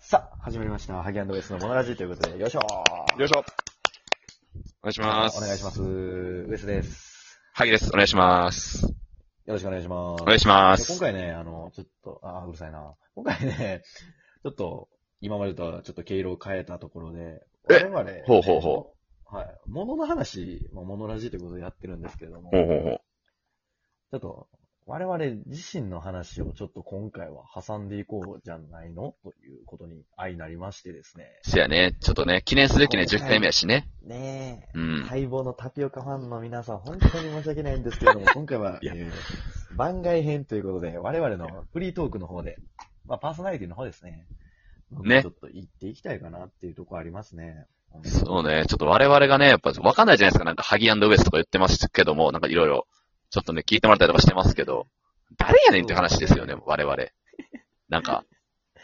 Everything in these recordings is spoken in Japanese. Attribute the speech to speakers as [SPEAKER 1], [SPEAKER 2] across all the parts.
[SPEAKER 1] さあ、始まりました。ハギアンドベースのモノラジということで、よいしょ
[SPEAKER 2] よいしょ。お願いします。
[SPEAKER 1] お願いします。ウエスです。
[SPEAKER 2] 萩です。お願いします。
[SPEAKER 1] よろしくお願いします。
[SPEAKER 2] お願いします。
[SPEAKER 1] 今回ね、あの、ちょっと、あー、うるさいな。今回ね、ちょっと、今までとはちょっと毛色を変えたところで、我
[SPEAKER 2] え
[SPEAKER 1] 々、
[SPEAKER 2] ほうほうほ
[SPEAKER 1] はい、物の話、まあ、物ラジということでやってるんですけれども、
[SPEAKER 2] ほうほうほう。
[SPEAKER 1] ちょっと、我々自身の話をちょっと今回は挟んでいこうじゃないのということに相なりましてですね。
[SPEAKER 2] せやね、ちょっとね、記念すべきね、
[SPEAKER 1] 今回
[SPEAKER 2] 10回目やしね。
[SPEAKER 1] ねえ。
[SPEAKER 2] うん。
[SPEAKER 1] 待望のタピオカファンの皆さん、本当に申し訳ないんですけれども、今回は、
[SPEAKER 2] いや
[SPEAKER 1] えー番外編ということで、我々のフリートークの方で、まあ、パーソナリティの方ですね。
[SPEAKER 2] ね
[SPEAKER 1] ちょっと行っていきたいかなっていうところありますね。
[SPEAKER 2] そうね、ちょっと我々がね、やっぱわかんないじゃないですか。なんか、ハギウエスとか言ってますけども、なんかいろいろ、ちょっとね、聞いてもらったりとかしてますけど、誰やねんって話ですよね、我々。なんか、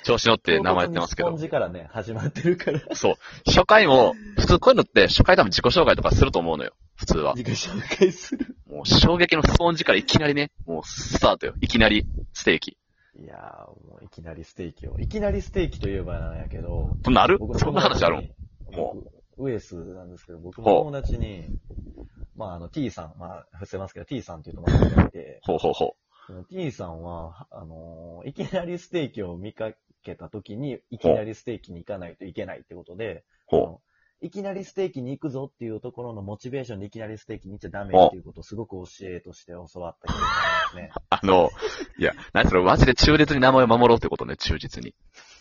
[SPEAKER 2] 調子乗って名前やってますけ
[SPEAKER 1] 唐突
[SPEAKER 2] ど
[SPEAKER 1] にス。ポンジからね、始まってるから、
[SPEAKER 2] そう。初回も、普通こういうのって初回多分自己紹介とかすると思うのよ。普通は。
[SPEAKER 1] 自己紹介する。
[SPEAKER 2] もう衝撃のスポンジからいきなりね、もうスタートよ。いきなり、ステーキ。
[SPEAKER 1] いやー、もういきなりステーキを。いきなりステーキといえばなんやけど、
[SPEAKER 2] そんなんある
[SPEAKER 1] 僕の
[SPEAKER 2] そん
[SPEAKER 1] 友
[SPEAKER 2] な
[SPEAKER 1] 達に
[SPEAKER 2] 話あるんも
[SPEAKER 1] 僕ウエスなんですけど、僕の友達に、まあ、あの、T さん、まあ、伏せますけど、T さんっていう友達がいて、
[SPEAKER 2] ほうほうほ
[SPEAKER 1] その T さんは、あのーいきなりステーキを見かけた時に、いきなりステーキに行かないといけないってことで、
[SPEAKER 2] う。ほ
[SPEAKER 1] あのいきなりステーキに行くぞっていうところのモチベーションでいきなりステーキに行っちゃダメっていうことをすごく教えとして教わった気がしますね。
[SPEAKER 2] う。あの、いや、なんそれ、マジで忠実に名前を守ろうってことね、忠実に。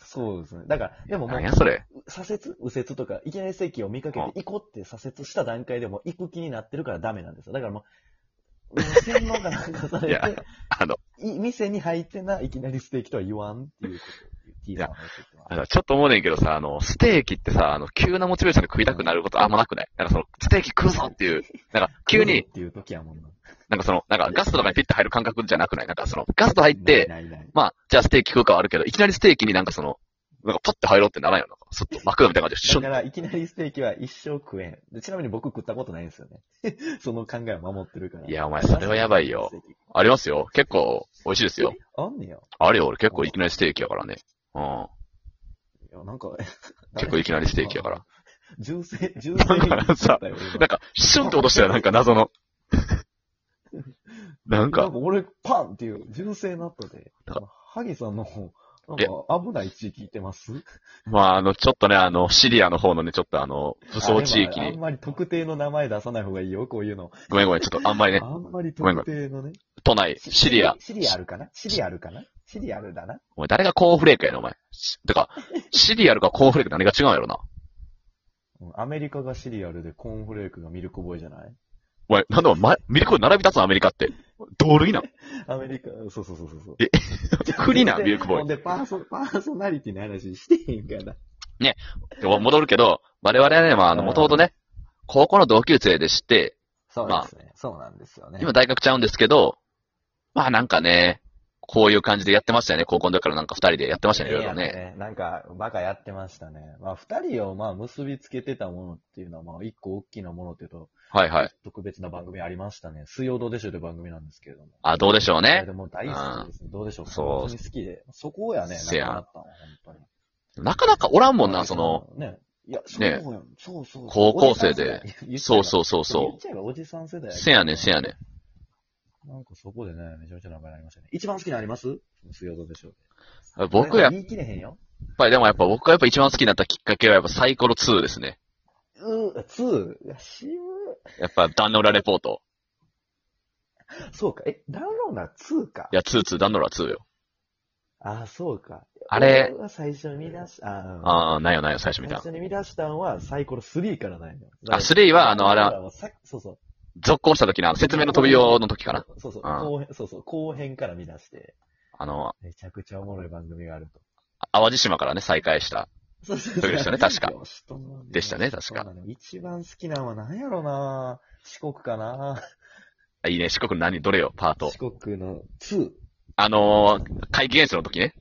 [SPEAKER 1] そうですね。だから、でもも
[SPEAKER 2] な、
[SPEAKER 1] うん
[SPEAKER 2] やそれ。
[SPEAKER 1] 左折右折とか、いきなりステーキを見かけ
[SPEAKER 2] うん
[SPEAKER 1] て行こうって左折した段階でもう行く気になってるからダメなんですよ。だからも う、洗脳かなんかさ
[SPEAKER 2] い
[SPEAKER 1] れ
[SPEAKER 2] や
[SPEAKER 1] て、
[SPEAKER 2] あの、
[SPEAKER 1] い店に入ってないきなりステーキとは言わんっていうことを T さんは言ってます
[SPEAKER 2] あ。のちょっと思うねんけどさ、あの、ステーキってさ、あの、急なモチベーションで食いたくなることあんまなくないなんかその、ステーキ食うぞっていう、なんか、急
[SPEAKER 1] 食うぞ
[SPEAKER 2] に
[SPEAKER 1] っ、ていう時はもうな。
[SPEAKER 2] なんかその、なんかガストとかにピッと入る感覚じゃなくないなんかその、ガスト入って、
[SPEAKER 1] ないないない。
[SPEAKER 2] まあ、じゃあステーキ食うかはあるけど、いきなりステーキになんかその、なんかパッて入ろうってならんよ。なんか、そっと幕みたいな感じで、シュ
[SPEAKER 1] だ
[SPEAKER 2] ン
[SPEAKER 1] か。ら、いきなりステーキは一生食えん。でちなみに僕食ったことないんですよね。 その考えを守ってるから。
[SPEAKER 2] いやお前それはやばいよありますよ。結構、美味しいですよ。
[SPEAKER 1] あんねや。
[SPEAKER 2] あるよ、俺結構いきなりステーキやからね。うん。
[SPEAKER 1] いや、なんか、
[SPEAKER 2] 結構いきなりステー キやから。
[SPEAKER 1] 純正、純
[SPEAKER 2] だ
[SPEAKER 1] 正
[SPEAKER 2] か
[SPEAKER 1] に言
[SPEAKER 2] らさ
[SPEAKER 1] っちゃったよ
[SPEAKER 2] なんか、シュンって落としたよ、なんか 謎の。な
[SPEAKER 1] 今
[SPEAKER 2] ん
[SPEAKER 1] な
[SPEAKER 2] か
[SPEAKER 1] ん、か俺、パンっていう、純正ナットで。
[SPEAKER 2] なんか
[SPEAKER 1] 萩さんの、なん
[SPEAKER 2] え
[SPEAKER 1] か危ない地域行ってます
[SPEAKER 2] まあ、あの、ちょっとね、あの、シリアの方のね、ちょっとあの、武装地域
[SPEAKER 1] あでもあん
[SPEAKER 2] に、
[SPEAKER 1] まり特定の名前出さない方がいいよ、こういうの。
[SPEAKER 2] ごめんごめん、ちょっとあんまりね、
[SPEAKER 1] あんまり特定のね。
[SPEAKER 2] 都内、シリア。
[SPEAKER 1] シリアルかなシリアルかなシリアルだな。
[SPEAKER 2] お前、誰がコーンフレークやねん、お前。てか、シリアルかコーンフレーク何が違うんやろな。
[SPEAKER 1] うんアメリカがシリアルでコーンフレークがミルクボーイじゃない
[SPEAKER 2] お前、なんでお前、まミルクを並び立つの、アメリカって。同類なん。
[SPEAKER 1] アメリカ、そうそうそうそうそう。
[SPEAKER 2] え栗なん、ミルクボーイ
[SPEAKER 1] ほん。で、パーソ、パーソナリティの話してへんから。
[SPEAKER 2] でも戻るけど、我々はね、まあ、あの、もともとね、高校の同級生でして、
[SPEAKER 1] そうですね。そうなんですよね。
[SPEAKER 2] 今大学ちゃうんですけど、まあなんかね、こういう感じでやってましたよね。高校の時からなんか二人でやってましたね、いろいろ
[SPEAKER 1] ええやつ
[SPEAKER 2] ね。
[SPEAKER 1] ね。なんか、バカやってましたね。まあ、二人をまあ、結びつけてたものっていうのは、まあ、一個大きなものっていうと、
[SPEAKER 2] はいはい。
[SPEAKER 1] 特別な番組ありましたね。水曜どうでしょうという番組なんですけれども。
[SPEAKER 2] あ、どうでしょう
[SPEAKER 1] あれ
[SPEAKER 2] ね
[SPEAKER 1] で。もう大好きですね。どうでしょう
[SPEAKER 2] そう
[SPEAKER 1] 本当に好きで。そこやね、な
[SPEAKER 2] せ
[SPEAKER 1] く
[SPEAKER 2] や
[SPEAKER 1] なったの、本当に。
[SPEAKER 2] なかなかおらんもんな、その、、
[SPEAKER 1] ね。いや、そうや
[SPEAKER 2] ね
[SPEAKER 1] ん。そうそうそう。
[SPEAKER 2] 高校生で
[SPEAKER 1] おじさん世代。言っちゃえ
[SPEAKER 2] そ
[SPEAKER 1] ば
[SPEAKER 2] うそうそ
[SPEAKER 1] 言
[SPEAKER 2] うそ
[SPEAKER 1] っちゃえばおじさん世代
[SPEAKER 2] う。せやねん、せやねん。
[SPEAKER 1] ん。なんかそこでね、めちゃめちゃ仲良くなりましたね。一番好きなのあります水曜どうでしょう。
[SPEAKER 2] あ僕やっ
[SPEAKER 1] 言い切れへんよ。
[SPEAKER 2] ぱり、でもやっぱ僕がやっぱ一番好きになったきっかけはやっぱサイコロ2ですね。
[SPEAKER 1] うー、ツー。いや、しゅ
[SPEAKER 2] やっぱ壇ノ浦レポート。
[SPEAKER 1] ー。そうか。え、ダウンローナーツーか
[SPEAKER 2] い。や、2、2、壇ノ浦2よ。
[SPEAKER 1] あ、そうか。
[SPEAKER 2] あれ、
[SPEAKER 1] 俺は最初に見出した、あ
[SPEAKER 2] あー、なんやなんや、最初
[SPEAKER 1] ー
[SPEAKER 2] 見
[SPEAKER 1] 最
[SPEAKER 2] た。
[SPEAKER 1] 初に見出したのはサイコロ3からなんよ。
[SPEAKER 2] あ、3はあの、あれ、
[SPEAKER 1] ら、さそうそう。
[SPEAKER 2] 続行した時のあの説明の飛びようの時かな。
[SPEAKER 1] そうそう。
[SPEAKER 2] うん
[SPEAKER 1] 後編、そうそう。後編から見出して、
[SPEAKER 2] あの、
[SPEAKER 1] めちゃくちゃおもろい番組があると。
[SPEAKER 2] 淡路島からね、再開した。
[SPEAKER 1] そうそう
[SPEAKER 2] そうでしたね 確か
[SPEAKER 1] よしともね
[SPEAKER 2] でしたね確か
[SPEAKER 1] そうなの一番好きなのは何やろな四国かな
[SPEAKER 2] あいいね、四国の何、どれよ、パート。
[SPEAKER 1] 四国の2。
[SPEAKER 2] あのー、怪奇現象の時ね、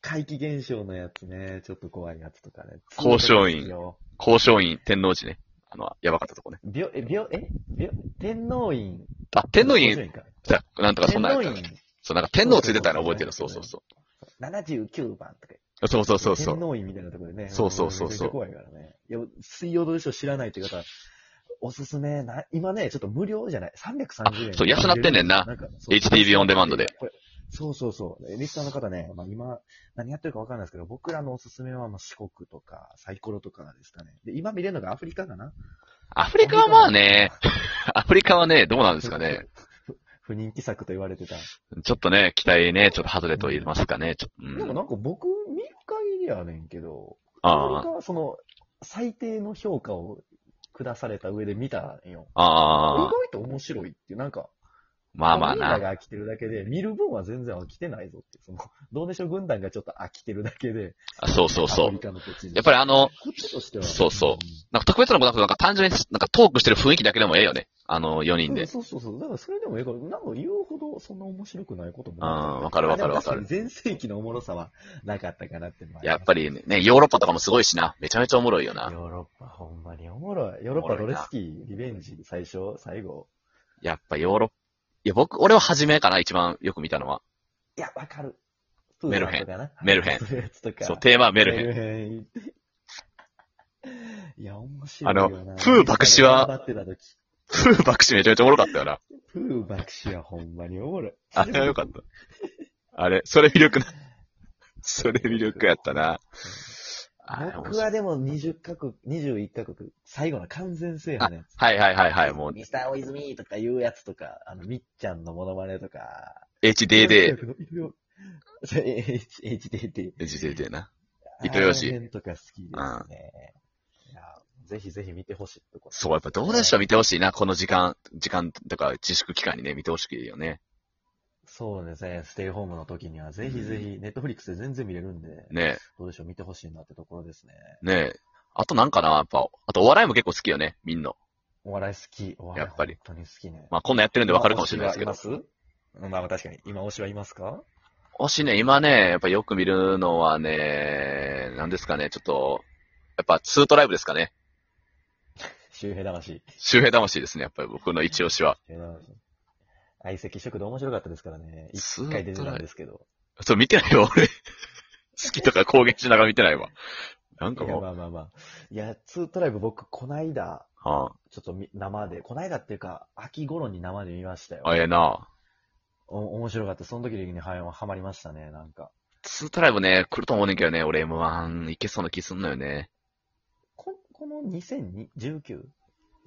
[SPEAKER 1] 怪奇現象のやつね。ちょっと怖いやつとかね。
[SPEAKER 2] 交渉員
[SPEAKER 1] 2とか好きよ。
[SPEAKER 2] 交渉院天王寺ね。あの、やばかったとこね。
[SPEAKER 1] びょ、え、びょ、えびょ、天皇院。
[SPEAKER 2] あ、天王
[SPEAKER 1] 交渉
[SPEAKER 2] 院、
[SPEAKER 1] か
[SPEAKER 2] じゃあなんとかそ
[SPEAKER 1] 天
[SPEAKER 2] んなん
[SPEAKER 1] 皇
[SPEAKER 2] や
[SPEAKER 1] 院
[SPEAKER 2] った。そう、なんか天王ついてたの覚えてる。そうそうそう。
[SPEAKER 1] 79番とか。
[SPEAKER 2] そうそうそうそう
[SPEAKER 1] 天。皇院みたいなところでね。
[SPEAKER 2] そうそうそうそう
[SPEAKER 1] めちゃくちゃ怖いからね。いや、水曜どうでしょう知らないという方、おすすめな、今ね、ちょっと無料じゃない。330円。
[SPEAKER 2] あそう安なってんねんな
[SPEAKER 1] なんかそう
[SPEAKER 2] HTV オンデマンドで。
[SPEAKER 1] これそうそうそう。リスターの方ね、まあ今、何やってるかわかんないですけど、僕らのおすすめはまあ四国とかサイコロとかですかね。で、今見れるのがアフリカかな
[SPEAKER 2] アフリカはまあね、 アフリカはね、どうなんですかね。。
[SPEAKER 1] 不人気作と言われてた。
[SPEAKER 2] ちょっとね、期待ね、ちょっと外れと言いますかね。ちょっと、う
[SPEAKER 1] でも
[SPEAKER 2] ん、
[SPEAKER 1] なんか僕見る限りやねんけど、アメリ
[SPEAKER 2] あ
[SPEAKER 1] カはその、最低の評価を下された上で見たんよ。意
[SPEAKER 2] あ、ああ
[SPEAKER 1] 外、と面白いっていう、なんか、
[SPEAKER 2] まあまあ
[SPEAKER 1] みんな
[SPEAKER 2] な。
[SPEAKER 1] が飽きてるだけで、見る分は全然飽きてないぞって、そ の、どうでしょう軍団がちょっと飽きてるだけで、
[SPEAKER 2] あそうそうそ
[SPEAKER 1] アメ
[SPEAKER 2] う
[SPEAKER 1] リ。カの土地に
[SPEAKER 2] やっぱりあの、
[SPEAKER 1] こっちとしては。
[SPEAKER 2] そうそうんなんか特別なことなく、なんか単純になんかトークしてる雰囲気だけでもええよね。あの、4人で。
[SPEAKER 1] そうそうそう。だからそれでもええから、なんか言うほどそんな面白くないことも。
[SPEAKER 2] うんわかるわかるわかる
[SPEAKER 1] あでも確に前世紀のおもろさはなかったかなって。
[SPEAKER 2] やっぱ
[SPEAKER 1] り。
[SPEAKER 2] りね、ヨーロッパとかもすごいしな。めちゃめちゃおもろいよ
[SPEAKER 1] ヨ
[SPEAKER 2] な。
[SPEAKER 1] ーロッパほんまにおもろい。ヨーロッパドレスキー、リベンジ、最初、最後。
[SPEAKER 2] やっぱヨーロッパ。いや、僕、俺は初めかな、一番よく見たのは。
[SPEAKER 1] いや、わかる。
[SPEAKER 2] メルヘン
[SPEAKER 1] プーさんとかな。
[SPEAKER 2] メルヘン
[SPEAKER 1] そういうやつとか。
[SPEAKER 2] そう、テーマはメルヘン。
[SPEAKER 1] メルヘン。いや、面白いよな。
[SPEAKER 2] あのプー博士は
[SPEAKER 1] 頑張ってた時
[SPEAKER 2] フー 爆死めちゃめちゃおもろかった よな。
[SPEAKER 1] プー爆死はほんまにおもろい。
[SPEAKER 2] あれはよかった。あれ、それ魅 力な。それ魅力やったな。あれ面
[SPEAKER 1] 僕
[SPEAKER 2] 白い
[SPEAKER 1] はでも20カ国、21カ国、最後の完全制覇のやつ。
[SPEAKER 2] はいはいはいはい、もう
[SPEAKER 1] ミスター大泉とかいうやつとか、あの、みっちゃんのモノマネとか。
[SPEAKER 2] HDD。
[SPEAKER 1] そう。HDD。
[SPEAKER 2] HDD な。
[SPEAKER 1] あ
[SPEAKER 2] 伊藤洋志
[SPEAKER 1] の辺とか好きですね。いや、ぜひぜひ見てほしいとこ。
[SPEAKER 2] そう、やっぱどうでしょう見てほしいな。この時間、時間とか自粛期間にね、見てほしいよね。
[SPEAKER 1] そうですね、ステイホームの時には、ぜひぜひ、ネットフリックスで全然見れるんで、
[SPEAKER 2] ね
[SPEAKER 1] どうでしょう、見てほしいなってところですね。
[SPEAKER 2] え、ねえ。あとなんかな、やっぱ、あとお笑いも結構好きよね、みんな。
[SPEAKER 1] お笑い好き、お笑い
[SPEAKER 2] やっぱり
[SPEAKER 1] 本当に好きね。
[SPEAKER 2] まあこんなんやってるんでわかるかもしれないですけ
[SPEAKER 1] 今
[SPEAKER 2] ど。
[SPEAKER 1] 推しはいますうんまあ確かに、今推しはいますか
[SPEAKER 2] 推しね、今ね、やっぱよく見るのはね、何ですかね、ちょっと、やっぱツートライブですかね。
[SPEAKER 1] 周平魂。
[SPEAKER 2] 周平魂ですね、やっぱり僕の一押しは。
[SPEAKER 1] 周平魂。相席食堂面白かったですからね。
[SPEAKER 2] す
[SPEAKER 1] 一回出てたんですけど。
[SPEAKER 2] そう、見てないよ、俺。好 きとか公言しながら見てないわ。なん
[SPEAKER 1] い
[SPEAKER 2] か
[SPEAKER 1] や、
[SPEAKER 2] もう、
[SPEAKER 1] まあまあまあ。いや、ツートライブ僕、こないだ、
[SPEAKER 2] は
[SPEAKER 1] ちょっとみ生で、こないだっていうか、秋頃に生で見ましたよ。
[SPEAKER 2] あ、あええな。
[SPEAKER 1] お面白かった。その時に、はい、ハマりましたね、なんか。
[SPEAKER 2] ツートライブね、来ると思うねんけどね、俺 M1 いけそうな気すんのよね。
[SPEAKER 1] ここの 2019?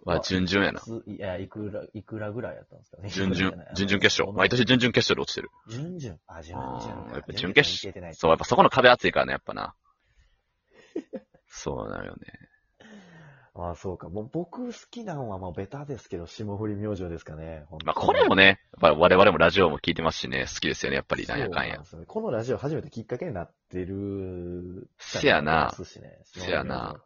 [SPEAKER 2] は、準々やな。
[SPEAKER 1] ついや、いくら、いくらぐらいやったんですかね。
[SPEAKER 2] 準々、準々
[SPEAKER 1] 準
[SPEAKER 2] 決勝。毎。年準々決勝で落ちてる。
[SPEAKER 1] 準々。あ、準々か
[SPEAKER 2] あーやっぱ準決
[SPEAKER 1] 準々は
[SPEAKER 2] 勝
[SPEAKER 1] いけてない
[SPEAKER 2] そう、やっぱそこの壁厚いからね、やっぱな。そうなのよね。
[SPEAKER 1] あーそうか。もう僕好きなのはもうベタですけど、霜降り明星ですかね。本当
[SPEAKER 2] まあ、
[SPEAKER 1] に
[SPEAKER 2] これもね、やっぱ我々もラジオも聞いてますしね、好きですよね、やっぱり、なんやか
[SPEAKER 1] そ
[SPEAKER 2] ん
[SPEAKER 1] う
[SPEAKER 2] や
[SPEAKER 1] で。すよねこのラジオ初めてきっかけになってる。
[SPEAKER 2] せや
[SPEAKER 1] ま
[SPEAKER 2] な
[SPEAKER 1] すしね
[SPEAKER 2] せやな。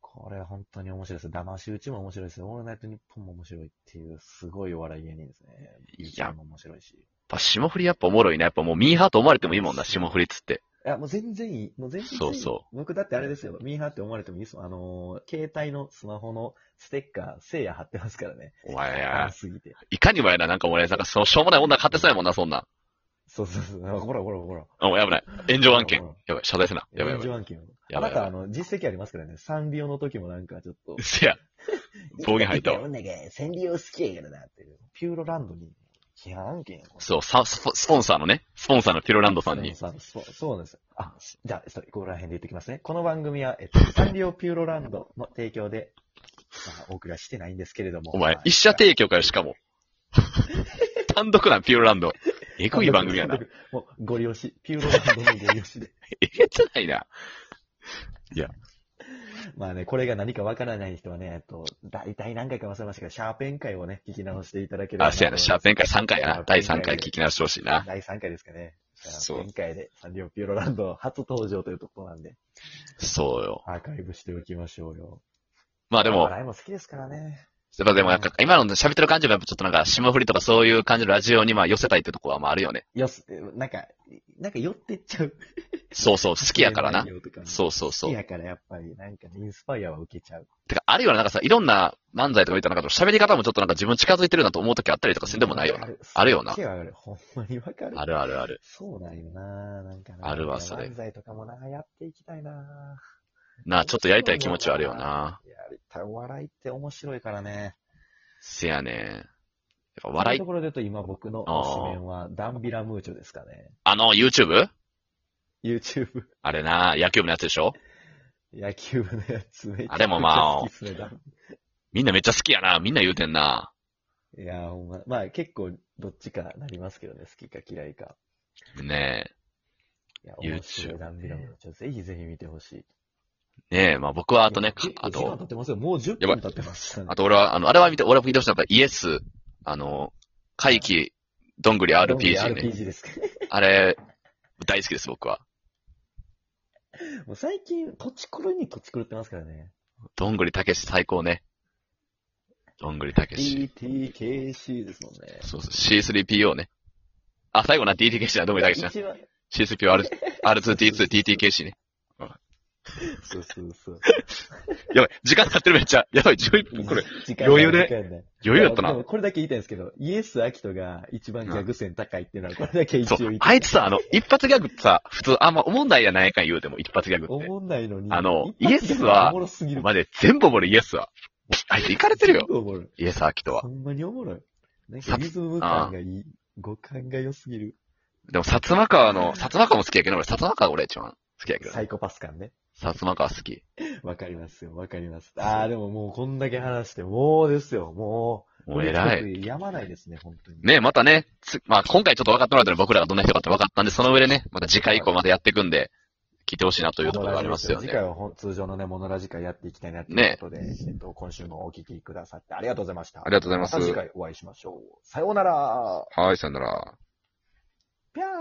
[SPEAKER 1] これ本当に面白いです。騙し討ちも面白いですよ。オールナイトニッポンも面白いっていう、すごいお笑い芸人ですね。
[SPEAKER 2] いや
[SPEAKER 1] YouTube も面白いし。い
[SPEAKER 2] やっぱ霜降りやっぱおもろいな。やっぱもうミーハーと思われてもいいもんな、霜降りっつって。
[SPEAKER 1] や、もう全然いい。もう全然いい。。
[SPEAKER 2] そうそう
[SPEAKER 1] 僕だってあれですよ。ミーハーって思われてもいいですもんあのー携帯のスマホのステッカー、せいや貼ってますからね。
[SPEAKER 2] お前
[SPEAKER 1] 荒
[SPEAKER 2] や、
[SPEAKER 1] すぎて。
[SPEAKER 2] いかにもやな、なんかもうね、なんかそう、しょうもない女買ってそうやもんな、そんな。
[SPEAKER 1] そうそうそう。ほらほらほら。
[SPEAKER 2] あ、もうやばない。炎上案件。やばい、謝罪せな。やばいやばい。
[SPEAKER 1] 炎上案件を
[SPEAKER 2] や
[SPEAKER 1] あ
[SPEAKER 2] ばい
[SPEAKER 1] な
[SPEAKER 2] やばい
[SPEAKER 1] た、あの、実績ありますからね。サンリオの時もなんかちょっと。
[SPEAKER 2] せや、暴言吐いたわ
[SPEAKER 1] 女がサンリオ好きやからなっていう。ピューロランドに批判案件やもん
[SPEAKER 2] そう、さスポスポンサーのね、スポンサーのピロランドさんに。
[SPEAKER 1] そうそうそうなんですよ。あ、じゃあ、ちょっとここら辺で言ってきますね。この番組は、えっと、サンリオピューロランドの提供で、まあ、お送りはしてないんですけれども。
[SPEAKER 2] お前
[SPEAKER 1] まあ、
[SPEAKER 2] 一社提供かよ、しかも。単独なん、ピロランド。えぐい番組やな。。
[SPEAKER 1] もう、ご利用し、ピューロランドのご利用しで。
[SPEAKER 2] えげつないな。
[SPEAKER 1] まあね、これが何かわからない人はね、えっと、大体何回か忘れましたけど、シャーペン会をね、聞き直していただければ。
[SPEAKER 2] あ、せやな、シャーペン会3回やな。第3回聞き直してほしいな。
[SPEAKER 1] 第3回ですかね。シャ
[SPEAKER 2] そう
[SPEAKER 1] ーペン会で、サンリオピューロランド初登場というところなんで、
[SPEAKER 2] そうよ。
[SPEAKER 1] アーカイブしておきましょうよ。
[SPEAKER 2] まあでも、
[SPEAKER 1] 笑いも好きですからね。
[SPEAKER 2] やっぱでもなんか、今の喋ってる感じもやっぱちょっとなんか、霜降りとかそういう感じのラジオにまあ寄せたいってとこはまああるよね。
[SPEAKER 1] よす、なんか、なんか寄ってっちゃう。
[SPEAKER 2] そうそう、好きやからな
[SPEAKER 1] 内。容とかね
[SPEAKER 2] そうそうそ
[SPEAKER 1] 好
[SPEAKER 2] う
[SPEAKER 1] き。やからやっぱり、なんかね、インスパイアは受けちゃう。
[SPEAKER 2] てか、あるいはなんかさ、いろんな漫才とか見たらなんか喋り方もちょっとなんか自分近づいてるなと思う時あったりとかせんでもないよな。
[SPEAKER 1] る
[SPEAKER 2] あるよな
[SPEAKER 1] すっげえわかる。ほんまにわかる。
[SPEAKER 2] あるあるある。
[SPEAKER 1] そうなんよななんなんかな。
[SPEAKER 2] あるわそれ
[SPEAKER 1] 漫才とかもな、やっていきたいな。
[SPEAKER 2] なあ、ちょっとやりたい気持ちはあるよな。
[SPEAKER 1] やりたい。お笑いって面白いからね。
[SPEAKER 2] せやねん。やっぱ
[SPEAKER 1] そうい
[SPEAKER 2] 笑
[SPEAKER 1] う
[SPEAKER 2] い
[SPEAKER 1] と、ころで言うと今僕の推しメンはダンビラムーチョですかね。
[SPEAKER 2] あの、YouTube?
[SPEAKER 1] YouTube、
[SPEAKER 2] あれな、野球部のやつでしょ
[SPEAKER 1] 野球部のやつめっちゃ
[SPEAKER 2] あでもまあ
[SPEAKER 1] 好きっすね。ダン
[SPEAKER 2] みんなめっちゃ好きやな。みんな言うてんな。
[SPEAKER 1] いや、ほんま、まあ結構どっちかなりますけどね、好きか嫌いか。
[SPEAKER 2] ね
[SPEAKER 1] いや、
[SPEAKER 2] YouTube
[SPEAKER 1] 面白いダンビラムーチョ、ぜひぜひ見てほしい。
[SPEAKER 2] え。ねえ、まあ僕はあとね、か
[SPEAKER 1] 結構
[SPEAKER 2] あ
[SPEAKER 1] 時間経
[SPEAKER 2] と、
[SPEAKER 1] ってますよ。もう10
[SPEAKER 2] やばい
[SPEAKER 1] 分経ってます、
[SPEAKER 2] あと俺は、あの、あれは見て、俺は見てほしいのはやっぱイエス、あの、怪奇、どんぐり RPG ね。
[SPEAKER 1] RPG ですか。
[SPEAKER 2] あれ、大好きです、僕は。
[SPEAKER 1] もう最近、こっち来るにこっち来るってますからね。
[SPEAKER 2] どんぐりたけし最高ね。どんぐりたけし。
[SPEAKER 1] DTKC ですもんね。
[SPEAKER 2] そうそう、C3PO ね。あ、最後な、DTK しな、どんぐりた けしな。
[SPEAKER 1] 一番
[SPEAKER 2] C3PO、R、R2T2、DTK しね。
[SPEAKER 1] そうそうそう。
[SPEAKER 2] やばい、時間経ってるめっちゃ。やばい、11分、これ、余裕で
[SPEAKER 1] で。
[SPEAKER 2] 余裕だった
[SPEAKER 1] いや
[SPEAKER 2] な
[SPEAKER 1] で。もこれだけ言いたいんですけど、イエス・アキトが一番ギャグ線高いっていうのは、これだけ一
[SPEAKER 2] そ
[SPEAKER 1] 応言
[SPEAKER 2] う
[SPEAKER 1] い、た
[SPEAKER 2] あ
[SPEAKER 1] い。
[SPEAKER 2] いつさ、あの、一発ギャグってさ、普通、あんま思んないやないか言うても、一発ギャグっ
[SPEAKER 1] お
[SPEAKER 2] て。
[SPEAKER 1] もんないのに。
[SPEAKER 2] あの
[SPEAKER 1] 一発ギャグが
[SPEAKER 2] イエスは
[SPEAKER 1] おもろすぎる。
[SPEAKER 2] まで、全部おもろいイエスは。あいつ、行かれてるよ
[SPEAKER 1] 全。部おもろい
[SPEAKER 2] イエス、アキトは
[SPEAKER 1] ほ。んまにおもろい。なんかリズム感がいい。五感が良すぎる。
[SPEAKER 2] でも、薩摩川の、薩摩川も好きやけど、俺、薩摩川俺一番好きやけど。
[SPEAKER 1] サ
[SPEAKER 2] 薩
[SPEAKER 1] イコパス感ね。
[SPEAKER 2] 摩川好き。
[SPEAKER 1] わかりますよ、わかります。ああ、でももうこんだけ話して、もうですよ、もう。
[SPEAKER 2] もう偉い。
[SPEAKER 1] い。やまないですね、本当に。
[SPEAKER 2] ねまたね、つ、まあ、今回ちょっと分かってもらったので、僕らがどんな人かって分かったんで、その上でね、また次回以降またやっていくんで、聞いてほしいなというところがありますよ
[SPEAKER 1] 次
[SPEAKER 2] ね。
[SPEAKER 1] 回は本通常のね、モノラジ会やっていきたいなということで、えっと、今週もお聞きくださってありがとうございました。
[SPEAKER 2] ありがとうございます
[SPEAKER 1] また次回お会いしましょう。さようなら。
[SPEAKER 2] はい、さよなら。
[SPEAKER 1] ぴゃー